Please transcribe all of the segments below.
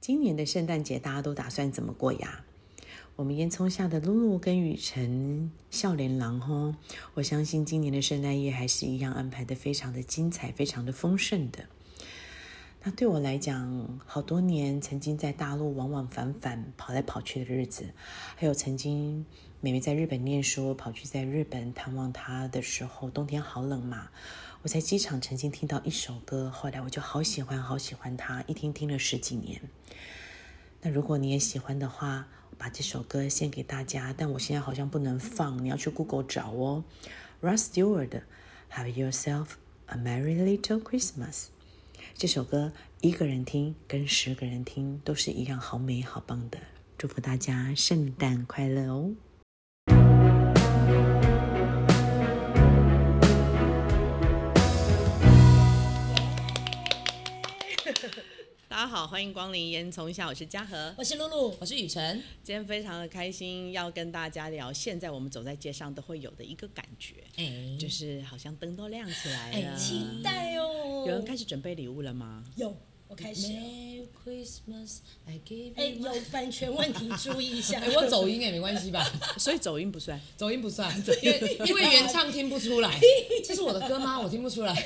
今年的圣诞节大家都打算怎么过呀？我们烟囱下的露露跟雨辰、笑脸郎吼，我相信今年的圣诞夜还是一样安排的非常的精彩，非常的丰盛的。那对我来讲，好多年曾经在大陆往往返返跑来跑去的日子，还有曾经妹妹在日本念书，跑去在日本探望她的时候，冬天好冷嘛，我在机场曾经听到一首歌，后来我就好喜欢好喜欢它，一听听了十几年。那如果你也喜欢的话，我把这首歌献给大家，但我现在好像不能放，你要去 Google 找哦。Rod Stewart 的《Have Yourself a Merry Little Christmas》。这首歌一个人听跟十个人听都是一样好美好棒的，祝福大家圣诞快乐哦！大家好，欢迎光临烟囱下，我是嘉禾。我是露露，我是雨辰。今天非常的开心，要跟大家聊现在我们走在街上都会有的一个感觉，哎就是好像灯都亮起来哎了，，期待哦！有人开始准备礼物了吗？有，我开始了。 Merry Christmas, I give 哎， you。有版权问题，注意 一下。哎，我走音也没关系吧？ 所以走音不算。走音不算，因为因为原唱听不出来。这是我的歌吗？我听不出来。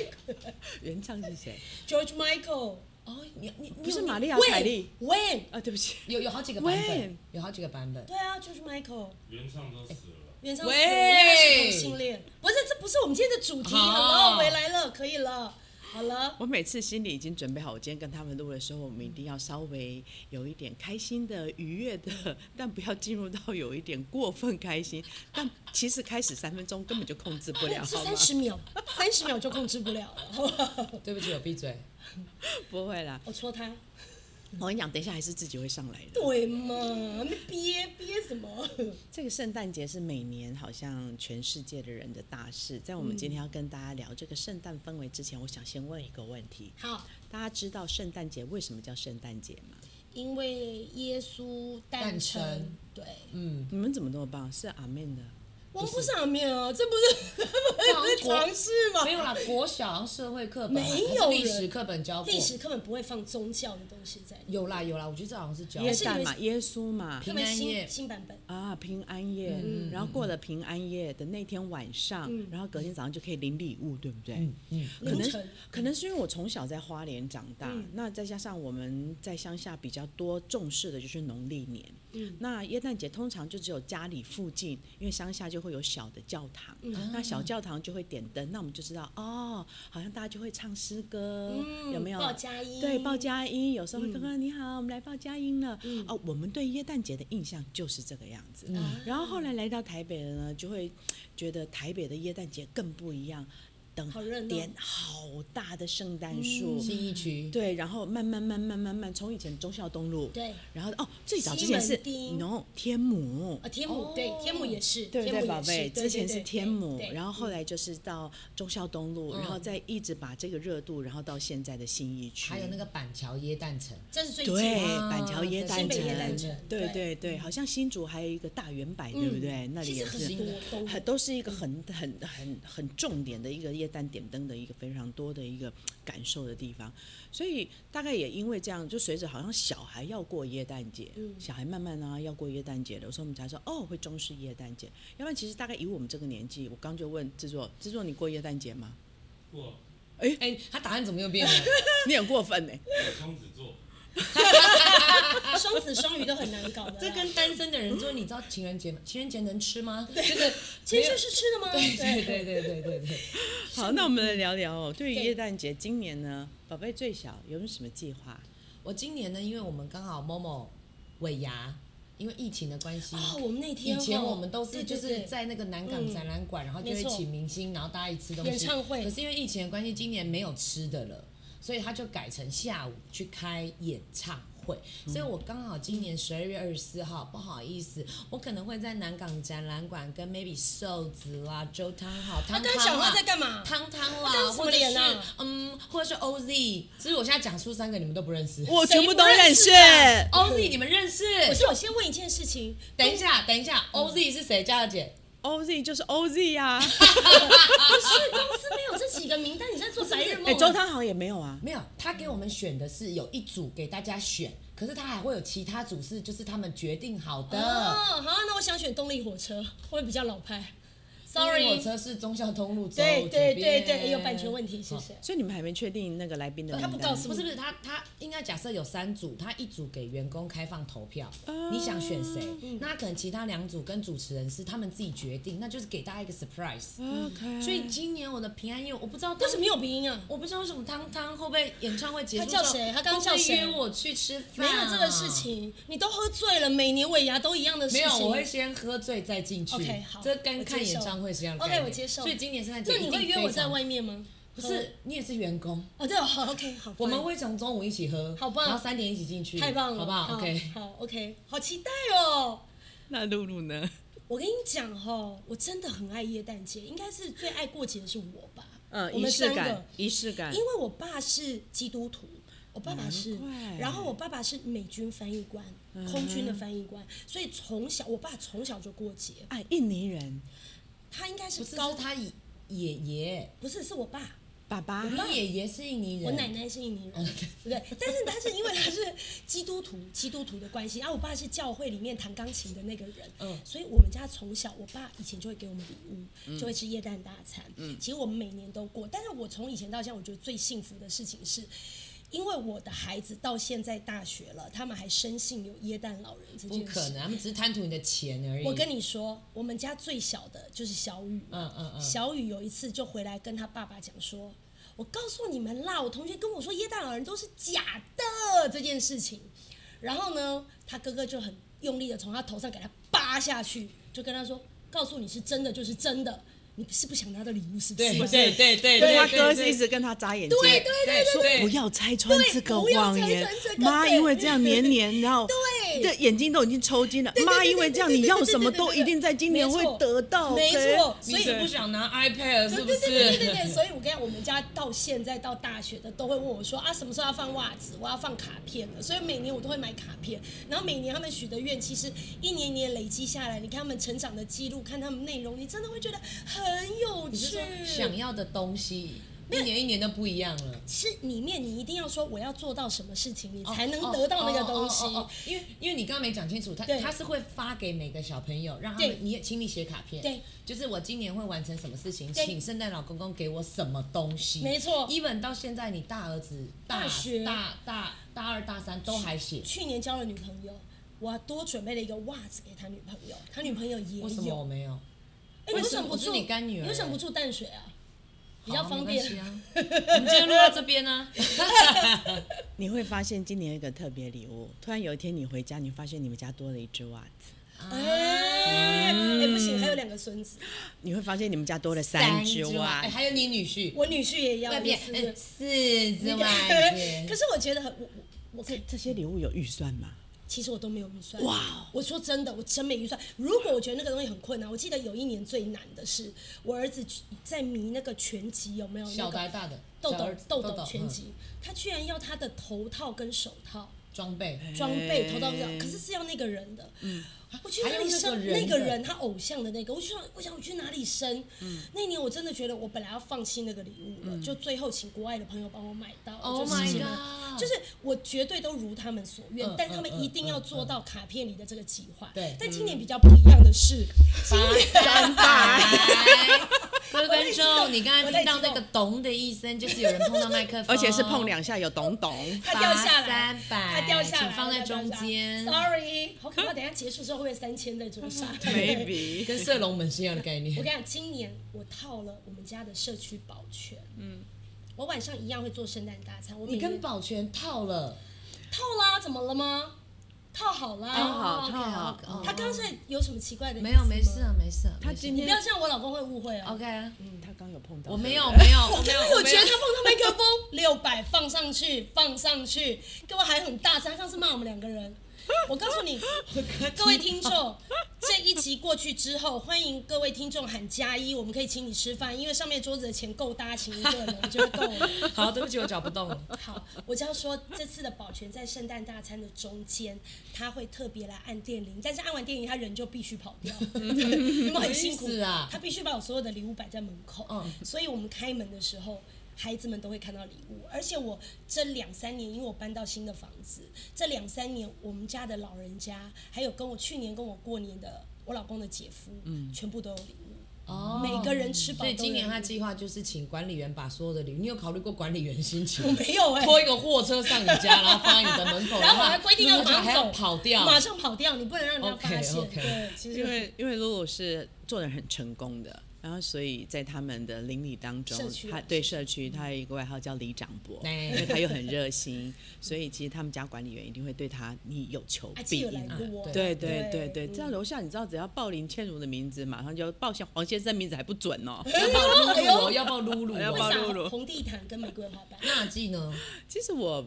原唱是谁？ George Michael 哦，你你不不是玛丽？丽亚 When- 凯莉 When？啊，对不起。 有有好几个版喂本，有好几个版本。对啊，George Michael 原唱都死了，原唱喂是因为是同性恋，不是，这不是我们今天的主题。好好了，回来了，可以了，好了。我每次心里已经准备好，我今天跟他们录的时候，我们一定要稍微有一点开心的、愉悦的，但不要进入到有一点过分开心。但其实开始三分钟根本就控制不 了，哎是好吗三？十秒，三十秒就控制不了 了好不好。对不起，我闭嘴。不会啦，我戳他，我跟你讲，等一下还是自己会上来的。对嘛？那憋憋什么？这个圣诞节是每年好像全世界的人的大事。在我们今天要跟大家聊这个圣诞氛围之前，我想先问一个问题：好，大家知道圣诞节为什么叫圣诞节吗？因为耶稣诞诞辰，辰对，嗯，你们怎么那么棒？是阿妹的。王不上面啊，这不 是好这像是国尝试吗？没有啦，国小好像社会课本哦没啊还是有历人史课本教过。历史根本不会放宗教的东西在里面。有啦有啦，我觉得这好像是教。耶是诞你嘛，耶稣嘛，他平们安夜新新版本，啊，平安夜，然后过了平安夜的那天晚上，然后隔天早上就可以领礼物，对不对？嗯，可凌能晨可能是因为我从小在花莲长大，那再加上我们在乡下比较多重视的就是农历年，那耶诞节通常就只有家里附近，因为乡下就会有小的教堂，那小教堂就会点灯，那我们就知道哦，好像大家就会唱诗歌，有没有？嗯啊报佳音，对，报佳音，嗯有时候会哥哥你好，我们来报佳音了。哦，我们对耶诞节的印象就是这个样子。啊然后后来来到台北了呢，就会觉得台北的耶诞节更不一样，等好热闹点好大的圣诞树，新一区。对，然后慢慢慢慢慢慢从以前忠孝东路，对，然后哦最早之西前门是町 no 天母。啊，天母哦对，天母也是，对不对，天母宝也是贝？对之前对是对天母对，然后后来就是到忠孝东路，然后嗯再一直把这个热度，然后到现在的新义区。还有那个板桥耶诞城。这是最对近，啊板桥椰对蛋新北城椰蛋城对对对对，好像新竹还有一个大圆柏，对不对？那里嗯其实也很是。多都有 很都是一个很很很很重点的一个夜单点灯的一个非常多的一个感受的地方，所以大概也因为这样，就随着好像小孩要过耶诞节，小孩慢慢啊要过耶诞节了，有时候我们才说哦会中式耶诞节，要不然其实大概以我们这个年纪，我刚就问制作制作你过耶诞节吗？过哎、他答案怎么又变了？ 你很过分呢、我双子座，双子双鱼都很难搞的啦，这跟单身的人说，你知道情人节吗？情人节能吃吗？就是嗯其实是吃的吗？对对对对对对对，好，那我们来聊聊哦，对于对耶诞节，今年呢，宝贝最小有没有什么计划？我今年呢，因为我们刚好某某尾牙，因为疫情的关系。哦，我们那天以前哦我们都是对就对是对嗯在那个南港展览馆，然后就没会错请明星，然后大家一起吃东西。演唱会可是因为疫情的关系，今年没有吃的了，所以他就改成下午去开演唱嗯会。所以我刚好今年十二月二十四号，不好意思，我可能会在南港展览馆跟 maybe 瘦子啦、周汤好、他汤刚汤刚小啊啦花在 干嘛？汤汤他啦，当什么或者脸是啊嗯，或者是 OZ，其实我现在讲出三个你们都不认识。我全部都谁认不认识啊识。 OZ 你们认识？可是我先问一件事情，等一下，等一下，OZ 是谁？嘉乐姐， OZ 就是 OZ 呀、啊，不是公司没有这几个名单，你在做白日哎、梦。周汤豪也没有啊，没有，他给我们选的是有一组给大家选，可是他还会有其他组是就是他们决定好的。哦，好，那我想选动力火车，会比较老派。因为我 Sorry，车是忠孝东路走对对左对边对，有版权问题，谢谢。所以你们还没确定那个来宾的名他单。不告诉不我是不是，他他应该假设有三组，他一组给员工开放投票，哦你想选谁？那可能其他两组跟主持人是他们自己决定，那就是给大家一个 surprise。 OK，所以今年我的平安夜，我不知道嗯为什么有鼻音啊？我不知道为什么汤汤会不会演唱会结束他叫之后谁他刚刚会不叫会谁约我去吃没饭、啊？有这个事。情，你都喝醉了，每年尾牙都一样的事没情。有，我会先喝醉再进去。 OK，好这跟我接看受演唱会是一样的 OK，概念我接受所以今年圣诞节那你一定会约我非常在？外面吗？不是，你也是员工，哦，对，好 OK，好，我们会从中午一起喝，好棒然后三点一起进去，太棒了，好不好？OK。好 OK，好期待哦。那露露呢？我跟你讲哦，我真的很爱耶诞节，应该是最爱过节的是我吧。嗯，我仪们式三感个，，仪式感因。为我爸是基督徒，我爸爸是难怪，然后我爸爸是美军翻译官，嗯空军的翻译官，所以从小我爸从小就过节，哎，印尼人他应该是不是，高是他爷爷爷，不是是我爸，爸爸我，们爷爷是印尼人，我奶奶是印尼人，对，但是但是因为他是基督徒，基督徒的关系，然、后我爸是教会里面弹钢琴的那个人，嗯所以我们家从小，我爸以前就会给我们礼物，就会吃夜蛋大餐，嗯其实我们每年都过，但是我从以前到现在，我觉得最幸福的事情是。因为我的孩子到现在大学了，他们还深信有耶诞老人这件不事。可能，他们只是贪图你的钱而已。我跟你说，我们家最小的就是小雨，嗯嗯嗯小雨有一次就回来跟他爸爸讲说：“我告诉你们啦，我同学跟我说耶诞老人都是假的这件事情。”然后呢，他哥哥就很用力的从他头上给他扒下去，就跟他说：“告诉你是真的就是真的，你是不想拿到礼物是不是？”对对对对，跟对他哥是对一直跟他眨眼睛，对对对对说对不要拆穿这个谎言对不要拆穿这，个妈，对因为这样年年，然后对这眼睛都已经抽筋了，对对对妈，因为这样你要什么对对对都对对对一定在今年会得到，没错 OK？没错所所以以你不想拿 iPad 是不对是？对对对对对，所以我跟你讲，我们家到现在到大学的都会问我说啊，什么时候要放袜子？我要放卡片了。所以每年我都会买卡片，然后每年他们许的愿，其实一年一年累积下来，你看他们成长的记录，看他们内容，你真的会觉得很有你是趣说。想要的东西，一年一年都不一样了。是里面你一定要说我要做到什么事情，你才能得到那个东西哦。哦哦哦哦因为因为你刚刚没讲清楚，他对他是会发给每个小朋友，让他对们你也请你写卡片，对，就是我今年会完成什么事情，对请圣诞老公公给我什么东西，没错 even 到现在，你大儿子、大大学大大大二、大三都还写，去年交了女朋友，我多准备了一个袜子给他女朋友，他女朋友也为什么我有。没有？哎，你为为什什么么不我是住你干女儿欸你为什么不住淡水啊？比较好方没便 关。系啊。我们今天录到这边呢、你会发现今年有一个特别礼物，突然有一天你回家，你发现你们家多了一只袜子，哎、啊嗯哎不行，还有两个孙子，你会发现你们家多了三只只袜，啊袜哎，，还有你女婿，我女婿也要外边也是 哎四只袜可子。是我觉得很，我我我可以，这些礼物有预算吗？其实我都没有预算。哇哦我说真的，我真没预算。如果我觉得那个东西很困难，我记得有一年最难的是我儿子在迷那个拳击，有没有、那个？小的还是大的，豆小豆儿子豆豆豆拳嗯击，他居然要他的头套跟手套。装备，装哎备投到这样，可是是要那个人的。嗯，我去哪里还有生那个人的嗯那个人他偶像的那个，我去想我想我去哪里生？那年我真的觉得我本来要放弃那个礼物了，就最后请国外的朋友帮我买到。 Oh 我就谢谢 my 他 god 就是我绝对都如他们所愿嗯，但他们一嗯定嗯要做到卡片里的这个计划。对嗯但今年比较不一样的是，今八年 三百。 各位观众，你刚才听到我在那激个动“咚”的一声，就是有人碰到麦克风， 而且是碰两下有懂懂，它掉下八来三，它百掉下来，请放在中间它掉下来 Sorry，好可怕！等一下结束之后会不会三千在桌上哎 maybe 跟射龙门是一样的概我 念。跟你讲，今年我套了我们家的社区保全，嗯，我晚上一样会做圣诞大餐。我每你跟年保全套了，套啦，怎么了吗？套好啦，套好哦套好 OK，哦他刚才有什么奇怪的意思吗？没有，没事啊，没事啊。他没事今你不天要像我老公会误会哦。 OK 啊，他刚有碰到，我没有，没有，我没有，我没觉有得他碰到麦克风，六百放上去，放上去，各位还很大声，他上次骂我们两个人。我告诉你，各位听众，这这一集过去之后，欢迎各位听众喊加一，我们可以请你吃饭，因为上面桌子的钱够大家请一个人，我觉得够了。好，对不起，我找不动了。好，我就要说这次的保全在圣诞大餐的中间，他会特别来按电铃，但是按完电铃他人就必须跑掉， 你们很辛苦嗯什么意思啊他必须把我所有的礼物摆在门口，嗯所以我们开门的时候。孩子们都会看到礼物，而且我这两三年，因为我搬到新的房子，这两三年我们家的老人家，还有跟我去年跟我过年的我老公的姐夫，嗯，全部都有礼物，哦每个人吃饱所以都今年有他计划就是请管理员把所有的礼物，你有考虑过管理员心情吗？ 没有哎、拖一个货车上你家，然后放在你的门口， 然后我还还规定要马上还要走跑掉，马上跑掉，你不能让人家发现。 OK，OK 对，其因实为因为露露是做的很成功的，然后所以在他们的邻里当中社区，他啊对社区他有一个外号叫李长伯，哎因为他又很热心， 所以其实他们家管理员一定会对他你有求啊，既必有来应。过啊我，对对对对对，这样楼下你知道，只要报林倩如的名字，马上就报像黄先生名字还不准哦。要抱露露哦，要抱露露要会抱哦。露露撒红地毯跟玫瑰花瓣。那季呢？其实我，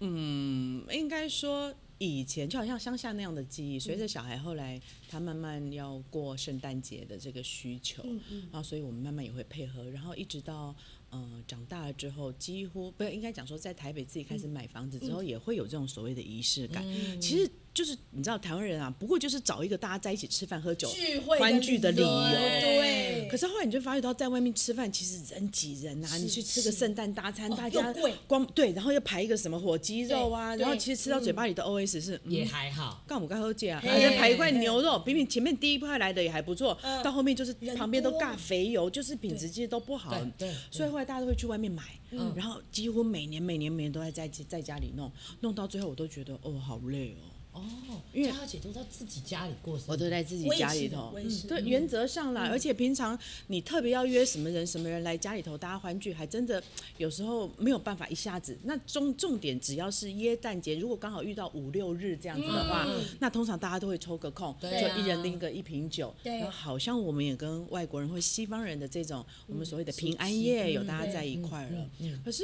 嗯，应该说以前就好像乡下那样的记忆，嗯随着小孩后来他慢慢要过圣诞节的这个需求，嗯嗯，然后所以我们慢慢也会配合，然后一直到呃长大了之后，几乎不应该讲说在台北自己嗯开始买房子之后，也会有这种所谓的仪式感。其实就是你知道台湾人啊，不过就是找一个大家在一起吃饭喝酒聚会欢聚的理由。对，可是后来你就发觉到，在外面吃饭其实人挤人啊，是你去吃个是圣诞大餐，哦大家又贵光对，然后又排一个什么火鸡肉啊，对然后对其实吃到嘴巴里的 OS 是也嗯。还好，干我该喝姐啊，嘿还在排一块牛肉，比你前面第一块来的也还不错，嗯到后面就是人旁边都多尬肥油，就是品质其实都不好对。对对所以后来大家都会去外面买，嗯然后几乎每年每年每年都在在在家里弄，弄到最后我都觉得哦好累哦。哦，因为嘉豪姐都在自己家里过生日，我都在自己我也家是里的头嗯我也是，嗯对，原则上啦，而且平常你特别要约什么人什么人来家里头，大家欢聚，还真的有时候没有办法一下子。那重重点只要是耶诞节，如果刚好遇到五六日这样子的话，那通常大家都会抽个空，嗯对啊就一人拎个一瓶酒。对然后好像我们也跟外国人或西方人的这种我们所谓的平安嗯夜有大家在一块了。可是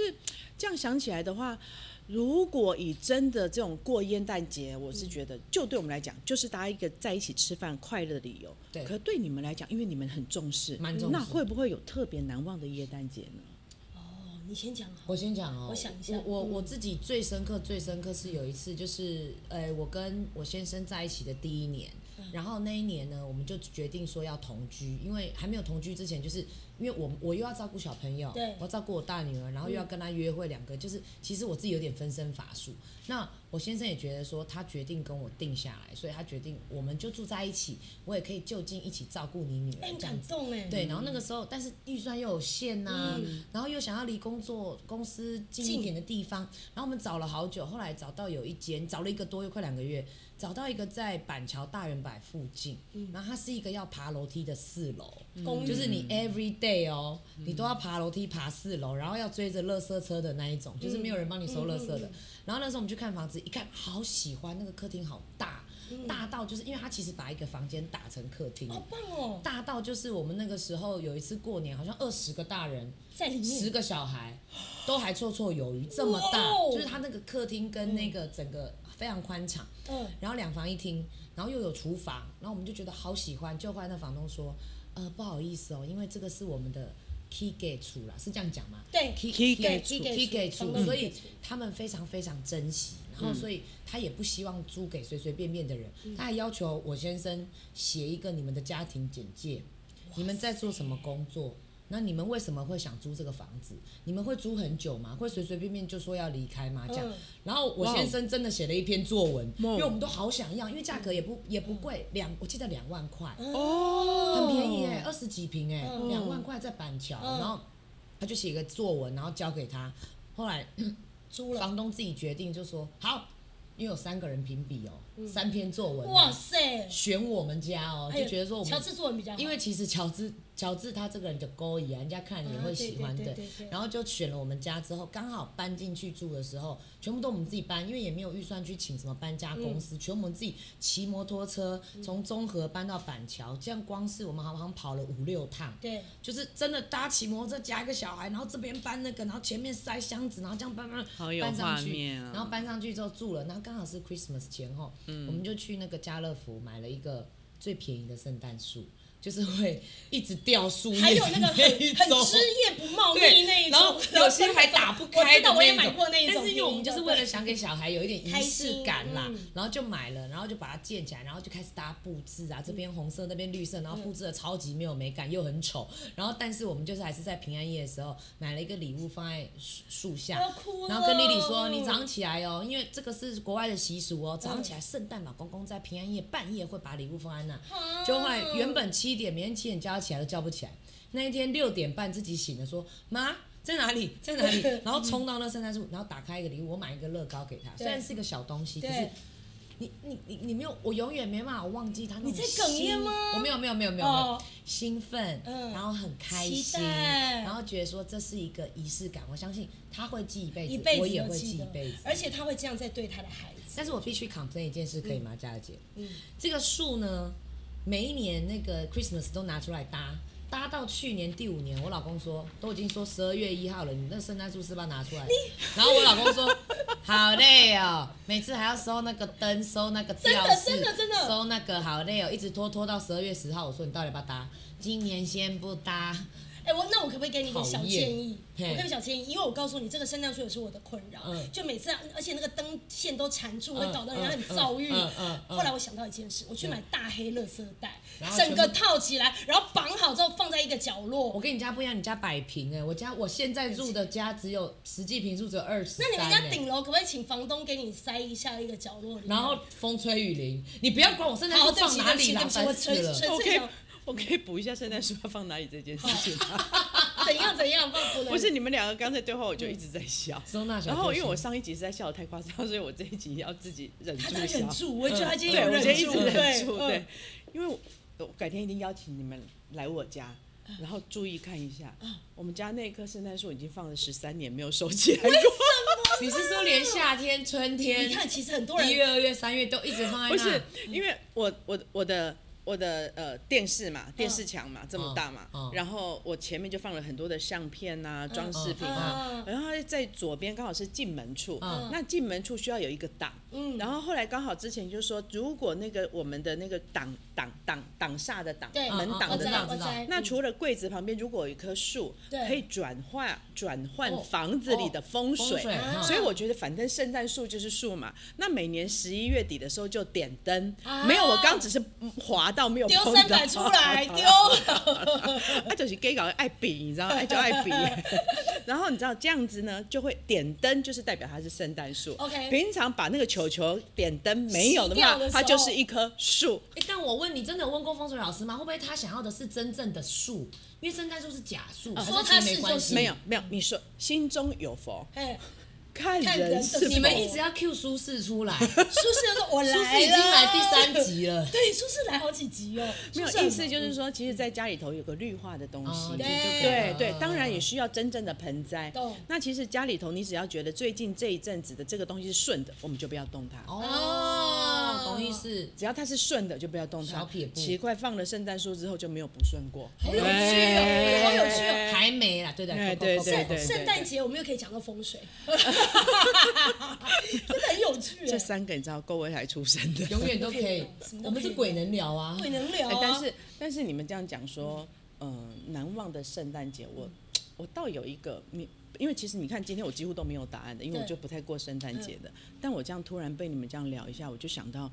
这样想起来的话，如果以真的这种过耶诞节，我是觉得，就对我们来讲，就是大家一个在一起吃饭快乐的理由。对可对你们来讲，因为你们很重视，蛮重视那会不会有特别难忘的耶诞节呢？哦，你先讲好我。先讲哦，我想一下嗯我我我自己最深刻、最深刻是有一次，就是呃，我跟我先生在一起的第一年，嗯然后那一年呢，我们就决定说要同居，因为还没有同居之前，就是因为我我又要照顾小朋友，对我要照顾我大女儿，然后又要跟她约会，两个就是其实我自己有点分身乏术。那我先生也觉得说，他决定跟我定下来，所以他决定我们就住在一起，我也可以就近一起照顾你女儿哎，很这样感子。动哎。对，然后那个时候，但是预算又有限呐、嗯然后又想要离工作公司近一近点的地方，然后我们找了好久，后来找到有一间，找了一个多月，快两个月，找到一个在板桥大圆柏附近，然后它是一个要爬楼梯的四楼，嗯公寓嗯就是你 every day 哦，你都要爬楼梯爬四楼，然后要追着垃圾车的那一嗯种，就是没有人帮你收垃圾的。然后那时候我们去看房子，一看好喜欢，那个客厅好大。嗯大到就是因为它其实把一个房间打成客厅，好棒哦，大到就是我们那个时候有一次过年，好像二十个大人，在里十面。个小孩，都还绰绰有余，这么大哇哦，就是他那个客厅跟那个整个非常宽敞，嗯，然后两房一厅，然后又有厨房，然后我们就觉得好喜欢，就后来那房东说，呃，不好意思哦，因为这个是我们的 key gate 处啦，是这样讲吗？对 key key gate gate 处 key gate 房处，东所 key 以 gate 处他们非常非常珍惜，然后所以他也不希望租给随随便便的人，他还要求我先生写一个你们的家庭简介，你们在做什么工作？那你们为什么会想租这个房子？你们会租很久吗？会随随便便就说要离开吗？这样嗯，然后我哇哦先生真的写了一篇作文，哇哦因为我们都好想要，因为价格也不也不贵，两我记得两万块，哦很便宜哎、二十几平哎、嗯两、万块在板桥，嗯然后他就写一个作文，然后交给他，后来嗯租了。房东自己决定就说好，因为有三个人评比哦、三篇作文、嗯哇，塞，选我们家哦、哎就呦觉得说我们乔治做人比较好，因为其实乔治乔治他这个人就勾引啊，人家看了也会喜欢啊对的对对对对。然后就选了我们家之后，刚好搬进去住的时候，全部都我们自己搬，因为也没有预算去请什么搬家公嗯司，全部我们自己骑摩托车从中和搬到板桥，这样光是我们好像跑了五六趟。对，就是真的搭骑摩托车夹一个小孩，然后这边搬那个，然后前面塞箱子，然后这样搬搬好有搬上画去，面啊嗯然后搬上去之后住了，然后刚好是 Christmas 前后，我们就去那个家乐福买了一个最便宜的圣诞树，就是会一直掉树叶，还有那个 很一很种枝叶不茂密对，那一种，然后有些还打不开我知道的那一种，我也买过那一种，但是因为我们就是为了想给小孩有一点开仪式心感啦嗯，然后就买了，然后就把它建起来，然后就开始搭布置啊，这边红色那边绿色，然后布置的超级没有美感又很丑，然后但是我们就是还是在平安夜的时候买了一个礼物放在树树下我要哭，了然后跟丽丽说你早上起来哦，因为这个是国外的习俗哦，早上起来圣诞老公公在平安夜半夜会把礼物放在那。 啊就后来原本七点，每天七点叫他起来都叫不起来。那一天六点半自己醒了，说妈在哪里在哪里， 然后冲到那圣诞树，然后打开一个礼物，我买一个乐高给他，虽然是一个小东西，可是对你你你你没有，我永远没办法忘记他那种你在哽咽吗兴我没有没有没有没有没有哦兴奋，嗯然后很开期心，待然后觉得说这是一个仪式感，我相信他会记一辈一子，辈我子也都会记记一得辈子，，而且他会这样在对他的孩子。但是我必须 complain 一件事，可以吗，佳姐？嗯这个树呢，每一年那个 Christmas 都拿出来搭，搭到去年第五年，我老公说都已经说十二月一号了，你那圣诞树是不是要拿出来？然后我老公说 好累哦，每次还要收那个灯，收那个吊饰，真的真的真的收那个好累哦，一直拖拖到十二月十号。我说你到底要不要搭？今年先不搭，哎、我那我可不可以给你一个小讨厌建议？我嘿给你小建议，因为我告诉你，这个圣诞树也是我的困扰，嗯就每次啊，而且那个灯线都缠住，会嗯搞得人家很嗯躁郁。嗯嗯嗯后来我想到一件事，我去买大黑垃圾袋然，后整个全部套起来，然后绑好之后放在一个角我落。跟你家不一样，你家百平哎、我家我现在住的家只有实际平数只有二十、那三你们家哎顶楼可不可以请房东给你塞一下一个角落里面？然后风吹雨淋，你不要管我圣诞好树对不放起哪对不起里对不啦，烦起死我吹吹了。我这可以种我可以哦补一下圣诞树要放哪里这件事情吗？啊怎样怎样放不能不是你们两个刚才对话，我就一直在笑。收嗯纳小然后因为我贴心上一集是在笑的太夸张，所以我这一集要自己忍他住他笑忍。住，我也觉得他今天有嗯对，忍我就一直住，忍住，嗯对，因为我我改天一定邀请你们来我家。然后注意看一下，我们家那棵圣诞树已经放了十三年没有收起来过。你是说连夏天、春天，你看，其实很多人一月、二月、三月都一直放在那？不是，因为我我我的我的呃电视嘛，电视墙嘛这么大嘛嗯嗯，然后我前面就放了很多的相片啊、装饰品啊，啊，然后在左边刚好是进门处，嗯那进门处需要有一个挡，嗯然后后来刚好之前就说，如果那个我们的那个挡挡挡挡煞的挡对，门嗯嗯挡我的知知道道挡，我知道知道那除了柜子旁边如果有一棵树，哎对可以转换转换哦房子里的风风水。水啊所以我觉得，反正圣诞树就是树嘛。那每年十一月底的时候就点灯，啊没有我刚只是嗯滑到没有丢碰三到百出来丢， 他就是 gay 搞爱比，你知道吗？爱就 爱比。然后你知道这样子呢，就会点灯，就是代表它是圣诞树。 OK 平常把那个球球点灯没有的话洗掉的时候，它就是一棵树。哎、但我问你，真的有问过风水老师吗？会不会他想要的是真正的树？因为圣诞树是假树，还说其实哦它是没关就是系。没有，嗯没有，你说心中有佛， 哎，看看人人是的佛。你们一直要 Q 苏轼出来，苏苏轼就说：“ 我来了。”轼已经来第三，集了。 对，苏轼来好几集哦。没有苏轼很意思，就是说，其实，在家里头有个绿化的东西。哦对哦对对，当然也需要真正的盆栽懂。那其实家里头，你只要觉得最近这一阵子的这个东西是顺的，我们就不要动它。哦哦，懂意思。只要它是顺的，就不要动它小撇。步奇怪，放了圣诞树之后就没有不顺过。好有趣哦，好有趣哦。哎还没啦，对的，哎够对够够对够对圣诞节我们又可以讲到风水，真的很有趣这哎，三个你知道，各位还出生的。永远都可以什么都可以聊。我们是鬼能聊啊，鬼能聊哎啊。但是但是你们这样讲说，嗯，难忘的圣诞节，我我倒有一个你。因为其实你看，今天我几乎都没有答案的，因为我对就不太过圣诞节的。嗯但我这样突然被你们这样聊一下，我就想到，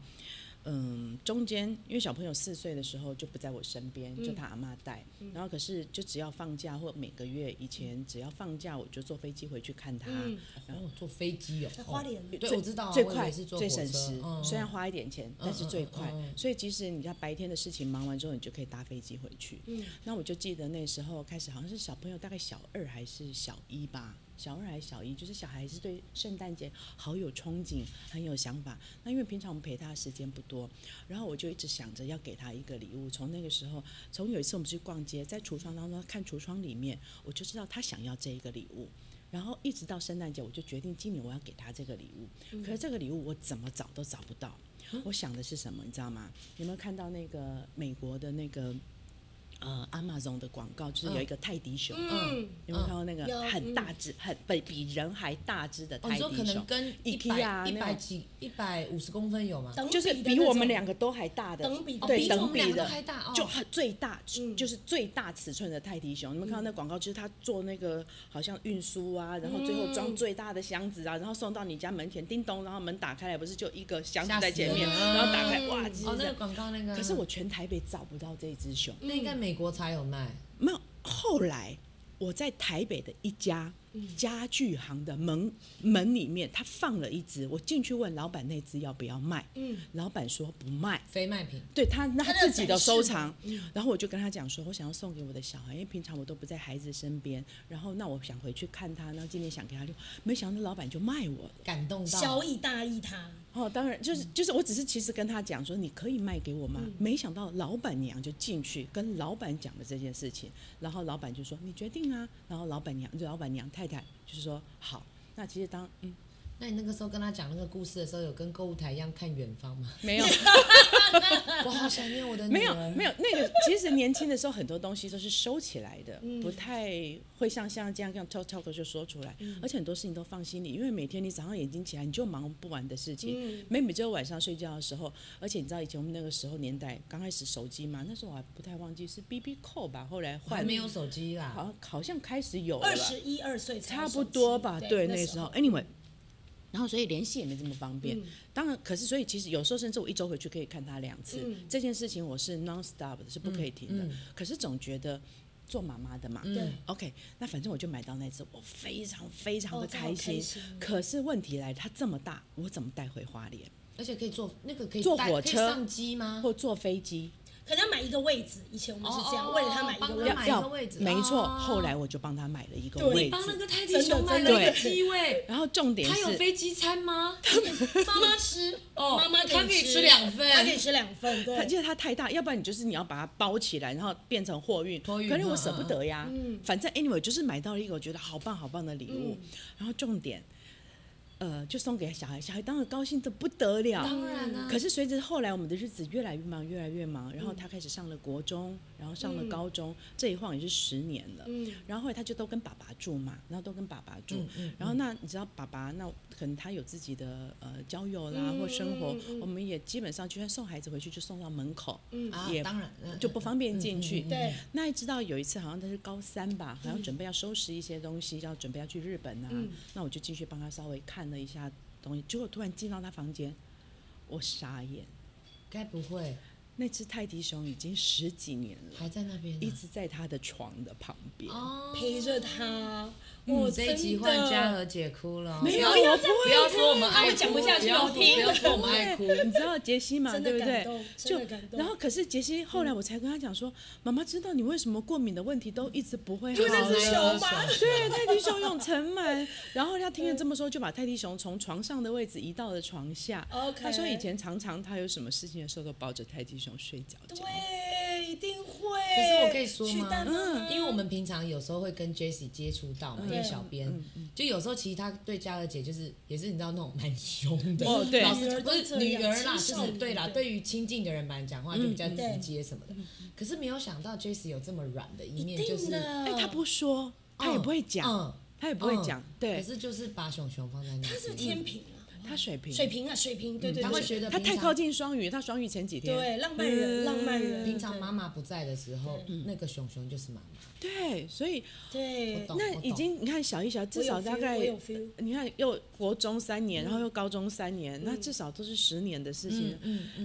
嗯，中间因为小朋友四岁的时候就不在我身边，嗯就他阿妈带。然后可是就只要放假或每个月以前只要放假，我就坐飞机回去看他。嗯然后坐飞机哦，在花莲嗯哦对，我知道啊，最我以快为是坐最火省车时，嗯虽然花一点钱，但是最快嗯嗯嗯。所以即使你在白天的事情忙完之后，你就可以搭飞机回去。嗯那我就记得那时候开始，好像是小朋友大概小二还是小一吧。小二还是小一，就是小孩是对圣诞节好有憧憬，很有想法。那因为平常我们陪他的时间不多，然后我就一直想着要给他一个礼物。从那个时候，从有一次我们去逛街，在橱窗当中看橱窗里面，我就知道他想要这一个礼物。然后一直到圣诞节，我就决定今年我要给他这个礼物。嗯可是这个礼物我怎么找都找不啊到。我想的是什么，你知道吗？有没有看到那个美国的那个呃 Amazon 的广告，就是有一个泰迪熊，嗯，有没有看到那个有很大只、很比比人还大只的嗯哦，你泰说可迪熊能？跟一 IKEA 百一那百种几一百五十公分有吗？等就是的比那我种们两个都还大的，等比的对，比我等们两比个都的还大哦就很最大，嗯就是最大尺寸的泰迪熊。你们看到那广告，就是他做那个好像运输啊，然后最后装最大的箱子啊，然后送到你家门前，叮咚，然后门打开来，不是就一个箱子在前面，吓死人然后打开，哇，嗯其实哦，那个广告那个，可是我全台北找不到这只熊，那应该美国才有卖，没有。后来我在台北的一家家具行的门门里面，他放了一只，我进去问老板那只要不要卖，嗯老板说不卖。非卖品。对他那他他的自展己的收示藏，然后我就跟他讲说，我想要送给我的小孩，因为平常我都不在孩子身边，然后那我想回去看他，那今天想给他留，没想到老板就卖我了。感动到小以大意他，哦，当然就是就是，我只是其实跟他讲说，你可以卖给我吗？没想到老板娘就进去跟老板讲了这件事情，然后老板就说你决定啊，然后老板娘就老板娘太太就是说好，那其实当嗯那你那个时候跟他讲那个故事的时候，有跟购物台一样看远方 吗？没有。 我好想念我的女没儿有没有，那个其实年轻的时候很多东西都是收起来的，嗯不太会像像这样这样 talk talk 就说出来，嗯而且很多事情都放心里，因为每天你早上眼睛起来你就忙不完的事嗯情，每每只有晚上睡觉的时候，而且你知道以前我们那个时候年代刚开始手机嘛，那时候我还不太忘记是 B B 扣吧，后来我还换没有手机啦。好像好像开始有了二十一二岁才差有不手机多吧，对，那那时候 anyway。然后，所以联系也没这么方嗯便。当然，可是所以其实有时候甚至我一周回去可以看他两次。嗯这件事情我是 non stop 的，是不可以停的。可是总觉得做妈妈的嘛、嗯对 o k 那反正我就买到那只，我非常非常哦的这好开心。开心可是问题来，它这么大，我怎么带回花莲？而且可以坐那个可以坐带火可以车上机吗？或坐飞机？可能要买一个位置，以前我们是这样，哦哦为了他买一个帮位他置，买一个位置没错。哦后来我就帮他买了一个对位你帮那置。个泰迪熊买了一个机位，然后重点他有是，飞机餐吗？妈妈吃，哦妈妈他可以吃吃两份他可以吃两份，它对，因为它太大，要不然你就是你要把它包起来，然后变成货运。托运可是嗯我嗯舍不得呀。反正 anyway 就是买到了一个我觉得好棒好棒的礼物，然后重点，呃，就送给小孩，小孩当然高兴的不得了。当然啊，可是随着后来我们的日子越来越忙，越来越忙，嗯然后他开始上了国中，然后上了高中，这一晃也是十年了。嗯然后后来他就都跟爸爸住嘛，然后都跟爸爸住。然后那你知道爸爸那可能他有自己的呃交友啦、或生活，我们也基本上就算送孩子回去就送到门口，啊也当然嗯就不方便进去。对，那直到有一次，好像他是高三吧，好像准备要收拾一些东西，要准备要去日本啊。那我就进去帮他稍微看了一下东西，结果突然进到他房间，我傻眼，该不会那只泰迪熊已经十几年了，还在那边一呢？直在他的床的旁边。哦，陪着他，我我这一集换嘉禾姐哭了哦，没不有，我不要不要说我们爱我哭，讲不下去不要我听不要说我们爱哭，会，你知道杰西嘛，真的对不感对动？就真的感动嗯然后可是杰西后来我才跟他讲说，妈妈知道你为什么过敏的问题都一直不会好，就那只熊吧，对，泰迪熊用尘 螨，然后他嗯听了这么说，就把泰迪熊从床上的位置移到了床下。 OK 他说以前常常他有什么事情的时候都抱着泰迪熊睡觉觉。对，啊一定会。可是我可以说取代吗？嗯妈妈因为我们平常有时候会跟 Jessie 接触到嘛，因为小编，就有时候其实她对嘉儿姐就是也是你知道那种蛮凶的，哦对老师女儿不都是这女样儿啦，青就少是年对嗯啦，对对于亲近的人来讲话就比较直接什么的。可是没有想到 Jessie 有这么软的一面，就定是的，哎，他不说，他也不会嗯讲，他也不会讲嗯，对可，是就是把熊熊放在那里，他是天平啊，他水平，水瓶啊，水瓶，对对他会对，觉得他平太常靠近双鱼，他双鱼前几天，嗯对浪漫人，浪漫人，嗯平常妈妈不在的时候，那个熊熊就是妈妈。对，所以对懂那我已懂经你看小一、小二至哦我有少大 feel，概我有 feel 你看又国中三年，然后又高中三嗯年，那至少都是十年的事情了。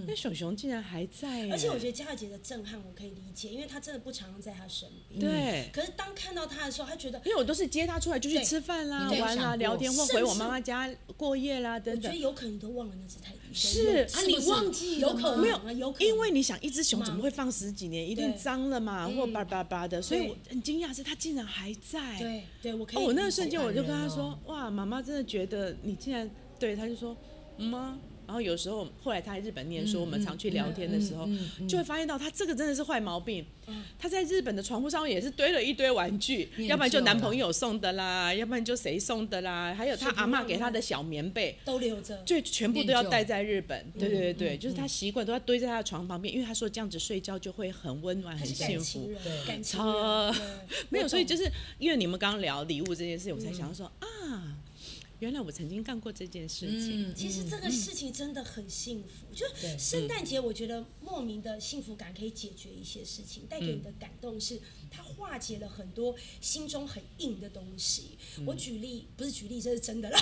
那熊熊竟然还在耶，欸而且我觉得佳姐的震撼我可以理解，因为她真的不常在她身边。对。可是当看到她的时候，她觉得嗯因为我都是接他出来就去对吃饭啦、你有玩想啦、过聊天或甚至回我妈妈家过夜啦我等觉得等。有可能你都忘了那只泰迪熊，是有啊不你是忘记了有可能吗啊有可能，因为你想，一只熊怎么会放十几年？一定对嗯脏了嘛，或叭叭叭的。所以我很惊讶，是它竟然还在。对对，我可以哦，理解。我那个瞬间我就跟他好感人哦说：“哇，妈妈真的觉得你竟然对。”他就说：“嗯啊啊，然后有时候后来他在日本念书，我们常去聊天的时候，嗯嗯嗯就会发现到他这个真的是坏毛病。他在日本的床铺上面也是堆了一堆玩具，念旧要不然就了男朋友送的啦，要不然就谁送的啦，还有他所以阿不妈用给他用的小棉被。都留着。就全部都要念旧带在日本，对对对对，嗯就是他习惯都要堆在他的床旁边，因为他说这样子睡觉就会很温暖、他很是感幸情福。人，感情超人对 没有，我所以懂就是因为你们刚刚聊礼物这件事情，我才想说啊，原来我曾经干过这件事情。 嗯，其实这个事情真的很幸福，就对圣诞节，我觉得莫名的幸福感可以解决一些事情，带给你的感动是它化解了很多心中很硬的东西。嗯我举例，不是举例，这是真的 啦。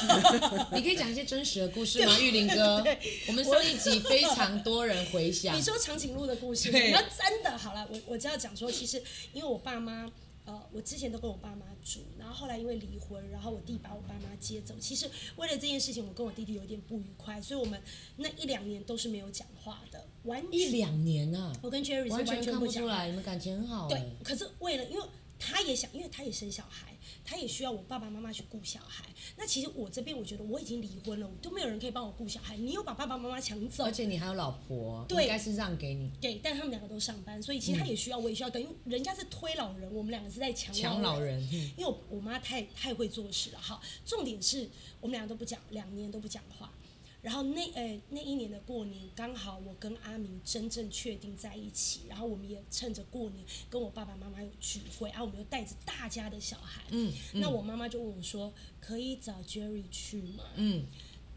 你可以讲一些真实的故 事吗？玉林哥，我们上一集非常多人回想你，说长颈鹿的故事，对你要真的好了，我我只要讲说，其实因为我爸妈。呃，我之前都跟我爸妈住，然后后来因为离婚，然后我弟把我爸妈接走。其实为了这件事情，我跟我弟弟有点不愉快，所以我们那一两年都是没有讲话的，完全 一两年啊，我跟 Jerry 是完全全看不不讲出话来，你们感情很好对哎，，可是为了，因为他也想，因为他也生小孩，他也需要我爸爸妈妈去顾小孩。那其实我这边，我觉得我已经离婚了，我都没有人可以帮我顾小孩，你又把爸爸妈妈抢走而。且你还有老婆，对应该是让给你。对，但他们两个都上班，所以嗯其实他也需要，我也需要，等于人家是推老人，我们两个是在抢抢老老人，因为我我妈太太会做事了。好，重点是我们两个都不讲，两年都不讲话。然后那呃那一年的过年，刚好我跟阿明真正确定在一起，然后我们也趁着过年跟我爸爸妈妈有聚会，啊，我们又带着大家的小孩。嗯那我妈妈就问我说：“可以找 Jerry 去吗嗯，？”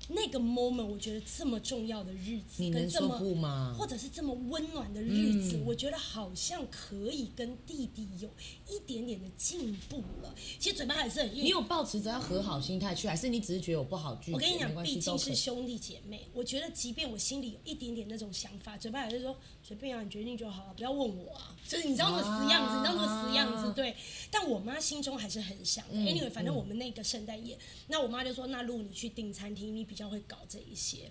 那个 moment，我觉得这么重要的日子，你跟能这说么不吗？或者是这么温暖的日子，嗯我觉得好像可以跟弟弟有一点点的进步了。其实嘴巴还是很你硬。有抱持着要和好心态去，还是你只是觉得我不好拒绝？我跟你没讲，关毕系竟都可是以兄弟姐妹，我觉得即便我心里有一点点那种想法，嘴巴还是说随便啊，你决定就好了，不要问我啊。就是你知道那个死样子，啊你知道那个死样子，对。但我妈心中还是很想的。嗯 anyway，反正嗯我们那个圣诞夜，那我妈就说：“那露你去订餐厅，你比较会搞这一些。”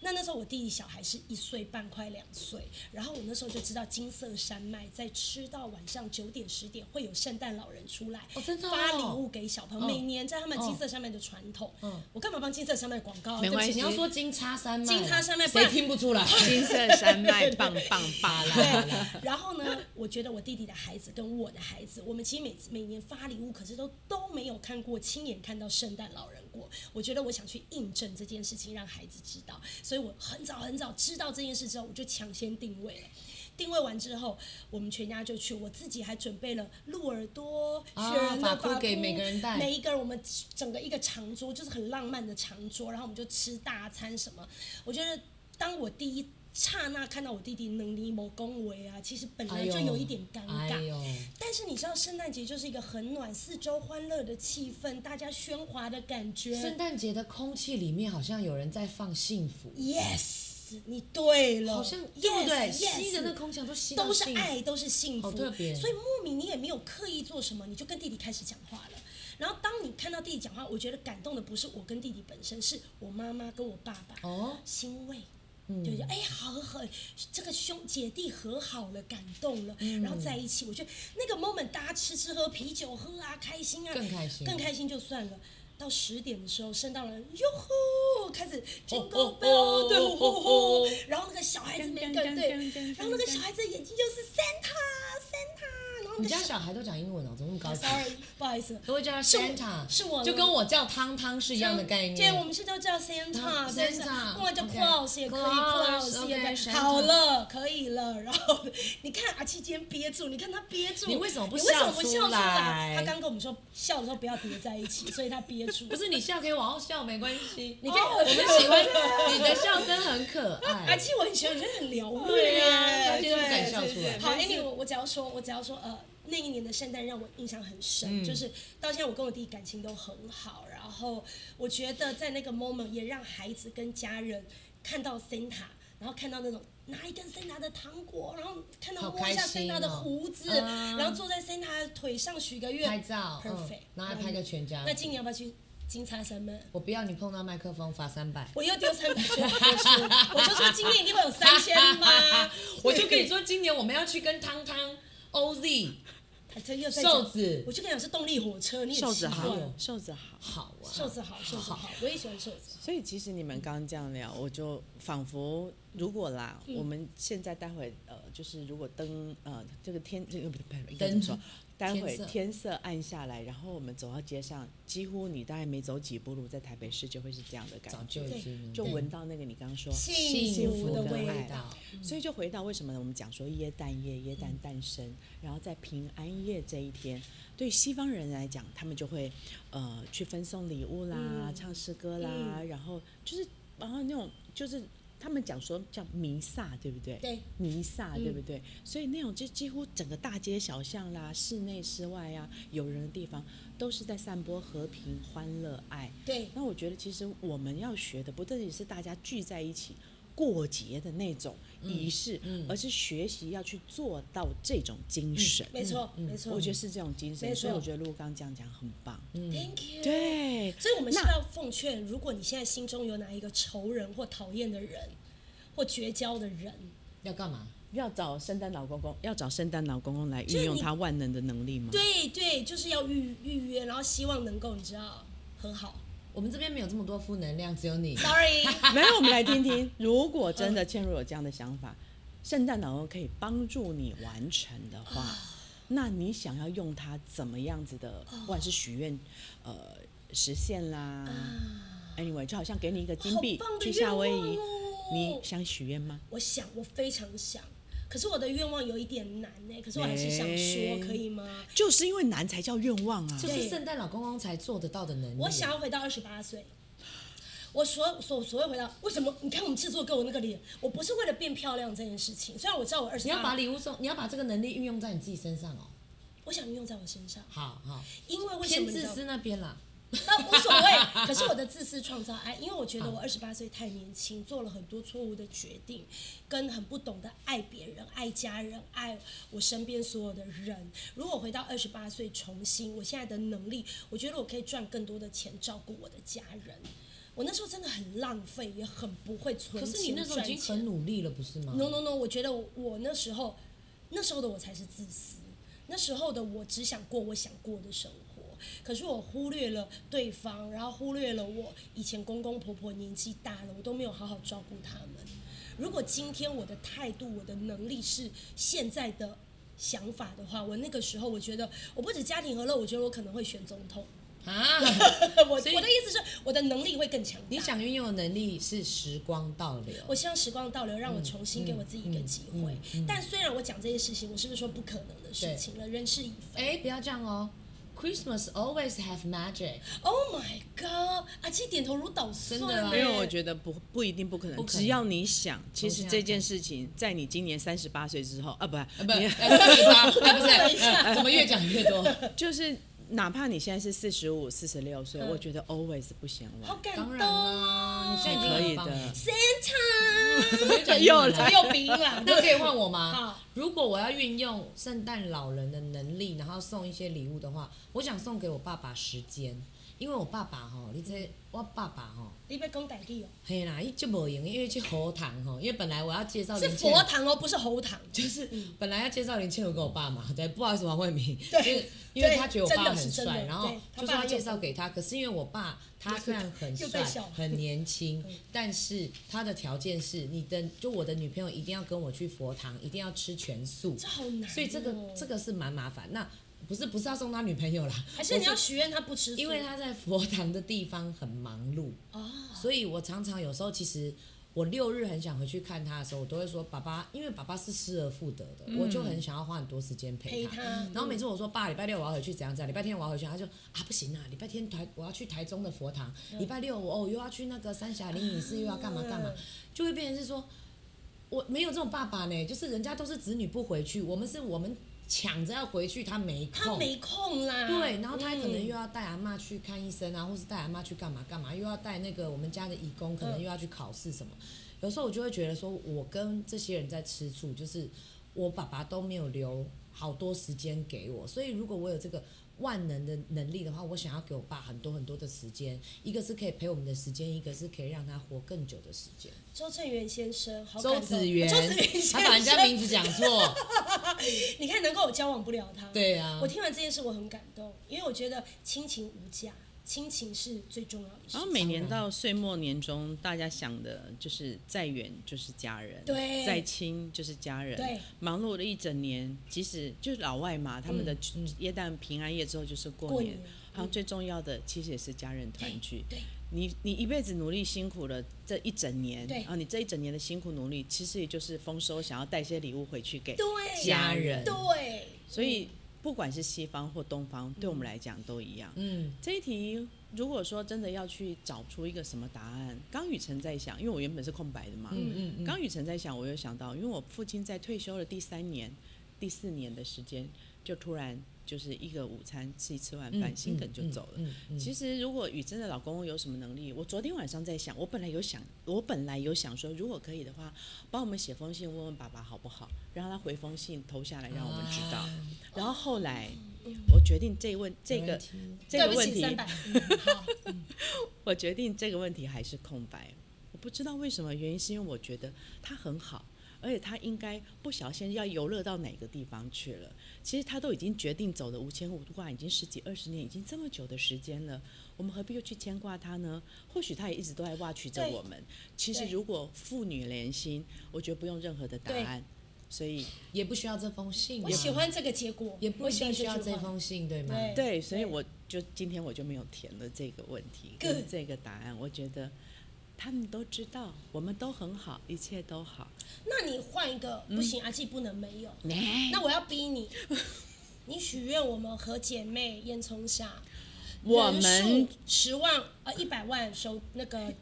那那时候我弟弟小孩是一岁半，快两岁，然后我那时候就知道金色山脉在吃到晚上九点十点会有圣诞老人出来，哦真的哦发礼物给小朋友。嗯每年在他们嗯金色山脉的传统，嗯我干嘛帮金色山脉广告啊？没对不关起系你要说金叉山脉，金叉山脉不谁然听不出来？金色山脉棒棒巴拉， 对，然后呢，我觉得我弟弟的孩子跟我的孩子，我们其实每次每年发礼物，可是都都没有看过亲眼看到圣诞老人过。我觉得我想去印证这件事情，让孩子知道，所以我很早很早知道这件事之后，我就抢先定位了。定位完之后，我们全家就去，我自己还准备了鹿耳朵、啊雪人的发箍发给箍每个人戴每一个人我们整个一个长桌，就是很浪漫的长桌，然后我们就吃大餐什么。我觉得当我第一刹那看到我弟弟能力某恭维啊，其实本来就有一点尴尬。哎呦，但是你知道，圣诞节就是一个很暖、四周欢乐的气氛，大家喧哗的感圣觉。诞节的空气里面好像有人在放幸福， Yes，你对了，好像对不 yes, 对？ yes, 吸的那空气好像都吸到都是幸福爱，都是幸福，好特别所以莫名你也没有刻意做什么，你就跟弟弟开始讲话了。然后当你看到弟弟讲话，我觉得感动的不是我跟弟弟本身，是我妈妈跟我爸爸，哦，欣慰。嗯对，就哎，好很，这个兄姐弟和好了，感动了，嗯然后在一起，我觉得那个 moment 大家吃吃喝啤酒喝啊，开心啊，更开心更开心就算了。到十点的时候，圣诞老人哟呼开始 Jingle 哦哦 Bell，对，哦呼哦呼呼哦，然后那个小孩子每个噔噔噔对噔噔，然后那个小孩子的眼睛就是 Santa Santa，然后那个你家小小孩都讲英文哦，怎么那么 高级？ ，sorry，不好意思，都会叫他是我 Santa，是我就跟我叫汤汤是一样的概念。对，我们是都叫 Santa，嗯但是 Santa，或者叫 OK Claus 也可以 Claus， ，Claus 也 OK，可以。 Santa 好了，可以了。然后你看阿七今天憋住，你看他憋住，你为什么不你为什么不笑出笑出来来？他刚跟我们说笑的时候不要叠在一起，所以他憋住。 不是你笑可以往后笑，没 关系。你可以哦我们喜欢你的笑声很可 阿爱。七，啊我很喜欢，我觉得很疗愈。对啊，他哎对今天不敢笑出来对。好没事，anyway，我只要说，我只要说，呃，那一年的圣诞让我印象很深，就是到现在我跟我弟感情都很好，然后我觉得在那个 moment 也让孩子跟家人看到 Santa，然后看到那种拿一根 Santa 的糖果，然后看到好摸一下开心 Santa 的哦胡子，嗯然后坐在 Santa 的腿上许个愿，拍照嗯 perfect，嗯然后还拍个全家福那今年要不要去金叉山脉？我不要你碰到麦克风罚三 百。？我又丢三百九十九， 我就说今年一定会有 三千吗我就跟你说，今年我们要去跟汤汤、OZ、还真哎又在讲瘦，子我就跟你讲是动力火车，你也 瘦子奇怪好了，瘦子好。好啊，瘦子好，瘦子好，我也喜欢瘦子。所以其实你们刚刚这样聊，我就仿佛如果啦，我们现在待会呃，就是如果灯呃这个天这个不不应该怎么说灯？待会天色天色暗下来，然后我们走到街上，几乎你大概没走几步路，在台北市就会是这样的早感觉就，已经就闻到那个你刚刚说幸福的味味道。所以就回到为什么我们讲说耶诞夜，耶诞诞生，然后在平安夜这一天，对西方人来讲，他们就会呃去分送礼物啦，唱诗歌啦，然后就是然后那种就是。他们讲说叫弥撒，对不对？对，弥撒，对不对？所以那种就几乎整个大街小巷啦，室内室外啊，有人的地方，都是在散播和平、欢乐、爱。对，那我觉得其实我们要学的，不但仅是大家聚在一起过节的那种嗯仪式，而是学习要去做到这种精神。嗯没错，没错。嗯我觉得是这种精没神，错嗯所以我觉得陆刚这样讲很棒。 Thank you。。对，所以我们是那要奉劝，如果你现在心中有哪一个仇人或讨厌的人，或绝交的人，要干嘛？要找圣诞老公公，要找圣诞老公公来是运你用他万能的能力吗？对对，就是要预预约，然后希望能够你知道很好。我们这边没有这么多负能量，只有你。 Sorry， 没有，我们来听听，如果真的倩茹有这样的想法，圣诞老公可以帮助你完成的话，那你想要用它怎么样子的，不管是许愿，呃，实现啦。Anyway，就好像给你一个金币好棒的去夏威愿夷望哦，你想许愿吗？我想，我非常想，可是我的愿望有一点难呢、可是我还是想没说，可以吗？就是因为难才叫愿望啊这！是圣诞老公公才做得到的能力。我想要回到二十八岁。我所所所谓回到为什么？你看我们制作给我那个脸，我不是为了变漂亮这件事情。虽然我知道我二十你要把八，礼物送，你要把这个能力运用在你自己身上哦。我想运用在我身上，好好，因为为什偏么你知自道吗私那边啦。 那无所 谓。可是我的自私创造爱，因为我觉得嗯我二十八岁太年轻，做了很多错误的决定，跟很不懂得爱别人、爱家人、爱我身边所有的人。如果回到二十八岁重新，我现在的能力，我觉得我可以赚更多的钱，照顾我的家人。我那时候真的很浪费，也很不会存可钱。是你那时候已经赚钱很努力了，不是吗？ No no no，我觉得我我那时候，那时候的我才是自私，那时候的我只想过我想过的生活，可是我忽略了对方，然后忽略了我以前公公婆婆年纪大了，我都没有好好照顾他们。如果今天我的态度、我的能力是现在的想法的话，我那个时候我觉得我不止家庭和乐，我觉得我可能会选总统。 啊，我我所以的意思是，我的能力会更强大。 你想运用的能力是时光倒流。我希望时光倒流，让我嗯重新给我自己一个机会。但虽然我讲这些事情，我是不是说不可能的事情了？人事已非。哎，不要这样哦。Christmas always have magic。 Oh my god！阿七点头如捣蒜欸真的呢，啊因为我觉得不不一定不可能，不可能只要你想，其从实现在这件事情在你今年三十八岁之后啊，不，呃不，呃三十八，哎不是哎，怎么越讲越多？就是哪怕你现在是四十五、四十六岁，嗯我觉得 always 不嫌好晚。感当动然啦，你哦。现在已经可以很棒了的。 Santa，怎么又讲英文又了 来？又鼻音啦 。那可以换我吗好？如果我要运用圣诞老人的能力，然后送一些礼物的话，我想送给我爸爸时间，因为我爸爸吼，你这我爸爸吼，你被公逮地哦，嘿啦，伊就无用，因为去佛堂吼，因为本来我要介绍是林倩佛堂哦，不是喉糖。 就是本来要介绍林倩茹给我爸嘛，对，不好意思，王慧明，对就是因为他觉得我爸真的是很真的帅，然后对他就爸说要又介绍给他，可是因为我爸他虽然很又帅在笑、很 年轻，但是他的条件是你的，就我的女朋友一定要跟我去佛堂，一定要吃全素，这好难哦所以这个这个是蛮麻烦。那不是不是要送他女朋友啦，还是我你要许愿他不吃素，因为他在佛堂的地方很忙碌，啊，所以我常常有时候其实我六日很想回去看他的时候，我都会说爸爸，因为爸爸是失而复得的，我就很想要花很多时间嗯陪陪他他。。嗯然后每次我说爸，礼拜六我要回去怎样怎样，礼拜天我要回去，他就啊不行啊，礼拜天台我要去台中的佛堂，嗯礼拜六我哦又要去那个三峡灵隐寺又要干嘛干嘛，就会变成是说我没有这种爸爸呢，就是人家都是子女不回去，我们是我们抢着要回去，他没空，他没空啦。对，然后他可能又嗯要带阿嬷去看医生啊，或是带阿嬷去干嘛干嘛，又要带那个我们家的义工，嗯可能又要去考试什么。有时候我就会觉得说，我跟这些人在吃醋，就是我爸爸都没有留好多时间给我，所以如果我有这个。万能的能力的话，我想要给我爸很多很多的时间，一个是可以陪我们的时间，一个是可以让他活更久的时间。周正元先生，好感周动子源，周子源先生，他把人家名字讲错，你看，难怪我交往不了他。对啊我，听完这件事我很感动，因为我觉得亲情无价，亲情是最重要的事情。然后每年到岁末年终，大家想的就是再远就是家人，对再亲就是家人，对，忙碌了一整年，即使就是老外嘛，他们的耶诞平安夜之后就是过嗯过年年，嗯然后最重要的其实也是家人团聚。对你你一辈子努力辛苦了这一整年，对然后你这一整年的辛苦努力，其实也就是丰收，想要带些礼物回去给对家人对，所嗯以不管是西方或东方，对我们来讲都一样。嗯，这一题如果说真的要去找出一个什么答案，刚雨辰在想，因为我原本是空白的嘛，嗯嗯刚雨辰在想，我又想到，因为我父亲在退休的第三年、第四年的时间，就突然就是一个午餐吃一吃完饭，心梗就走了。嗯嗯其实，如果雨珍的老公有什么能力，我昨天晚上在想，我本来有想，我本来有想说，如果可以的话，帮我们写封信问问爸爸好不好，让他回封信投下来，让我们知啊道。然后后来，我决定这问这没问个题这个对不问起，题三，百，嗯好，我决定这个问题还是空白。我不知道为什么，原因是因为我觉得他很好，而且他应该不小心要游乐到哪个地方去了。其实他都已经决定走的无牵无挂，已经十几二十年，已经这么久的时间了，我们何必又去牵挂他呢？或许他也一直都在挖取着对我们。其实对如果父女连心，我觉得不用任何的答对案。所以也不需要这封信嘛，我喜欢这个结果，也不我一喜定欢需要句这话封信，对吗？对对，所以我就今天我就没有填了这个问题 Good 跟这个答案。我觉得他们都知道，我们都很好，一切都好。那你换一个，不行，阿纪不能没有。那我要逼你，你许愿我们和姐妹烟囱下，我们十万呃一百万收那个，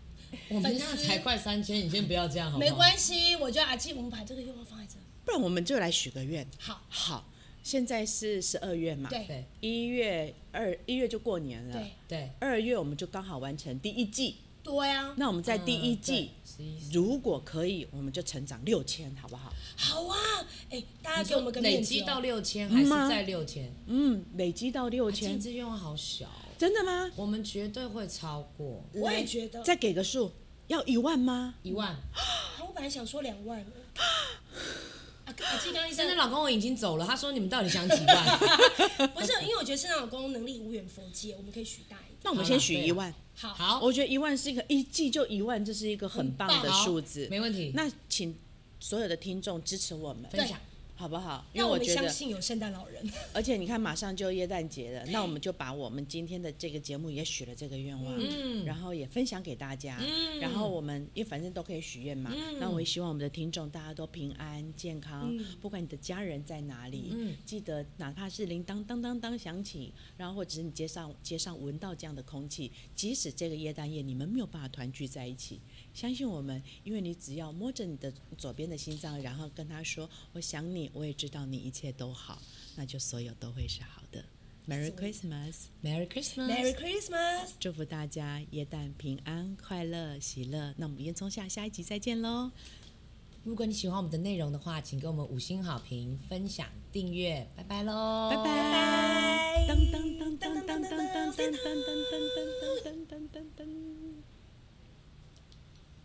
我们那才快三千，你先不要这样好不好？没关系，我觉得阿纪我们把这个愿望放在这。不然我们就来许个愿。好，好，现在是十二月嘛，对对一月二一月就过年了对，对二月我们就刚好完成第一季。对啊，那我们在第一季，嗯对如果可以，我们就成长六千，好不好？好啊，哎，大家你给我们个累面子积哦到六千还是吗在六千？哎嗯，累积到六千金，这愿望好小哦，真的吗？我们绝对会超过我也觉得，再给个数，要一万吗？一万。啊我本来想说两万呢。啊，阿纪刚刚一现在生老公我已经走了，他说你们到底想几万？不是，因为我觉得圣诞老公能力无远佛界，我们可以许大一点。那我们好先啦许对一啊万。好， 好，我觉得一万是一个一季就一万，这是一个很棒的好数字。没问题。那请所有的听众支持我们，分享好不好？因那为我我们觉相得信有圣诞老人。而且你看，马上就耶诞节了，那我们就把我们今天的这个节目也许了这个愿望，嗯，然后也分享给大家，嗯，然后我们因为反正都可以许愿嘛，那我也希望我们的听众大家都平安健康，不管你的家人在哪里，嗯，记得哪怕是铃铛当当当响起，然后或者是你街上街上闻到这样的空气，即使这个耶诞夜你们没有办法团聚在一起，相信我们，因为你只要摸着你的左边的心脏，然后跟他说“我想你，我也知道你一切都好”，那就所有都会是好的。Merry Christmas！ Merry Christmas。 Merry Christmas。祝福大家耶诞平安、快乐、喜乐。那我们烟囱下下一集再见喽！如果你喜欢我们的内容的话，请给我们五星好评、分享、订阅，拜拜喽！拜拜！当当当当当当当当当当当当当当当当当。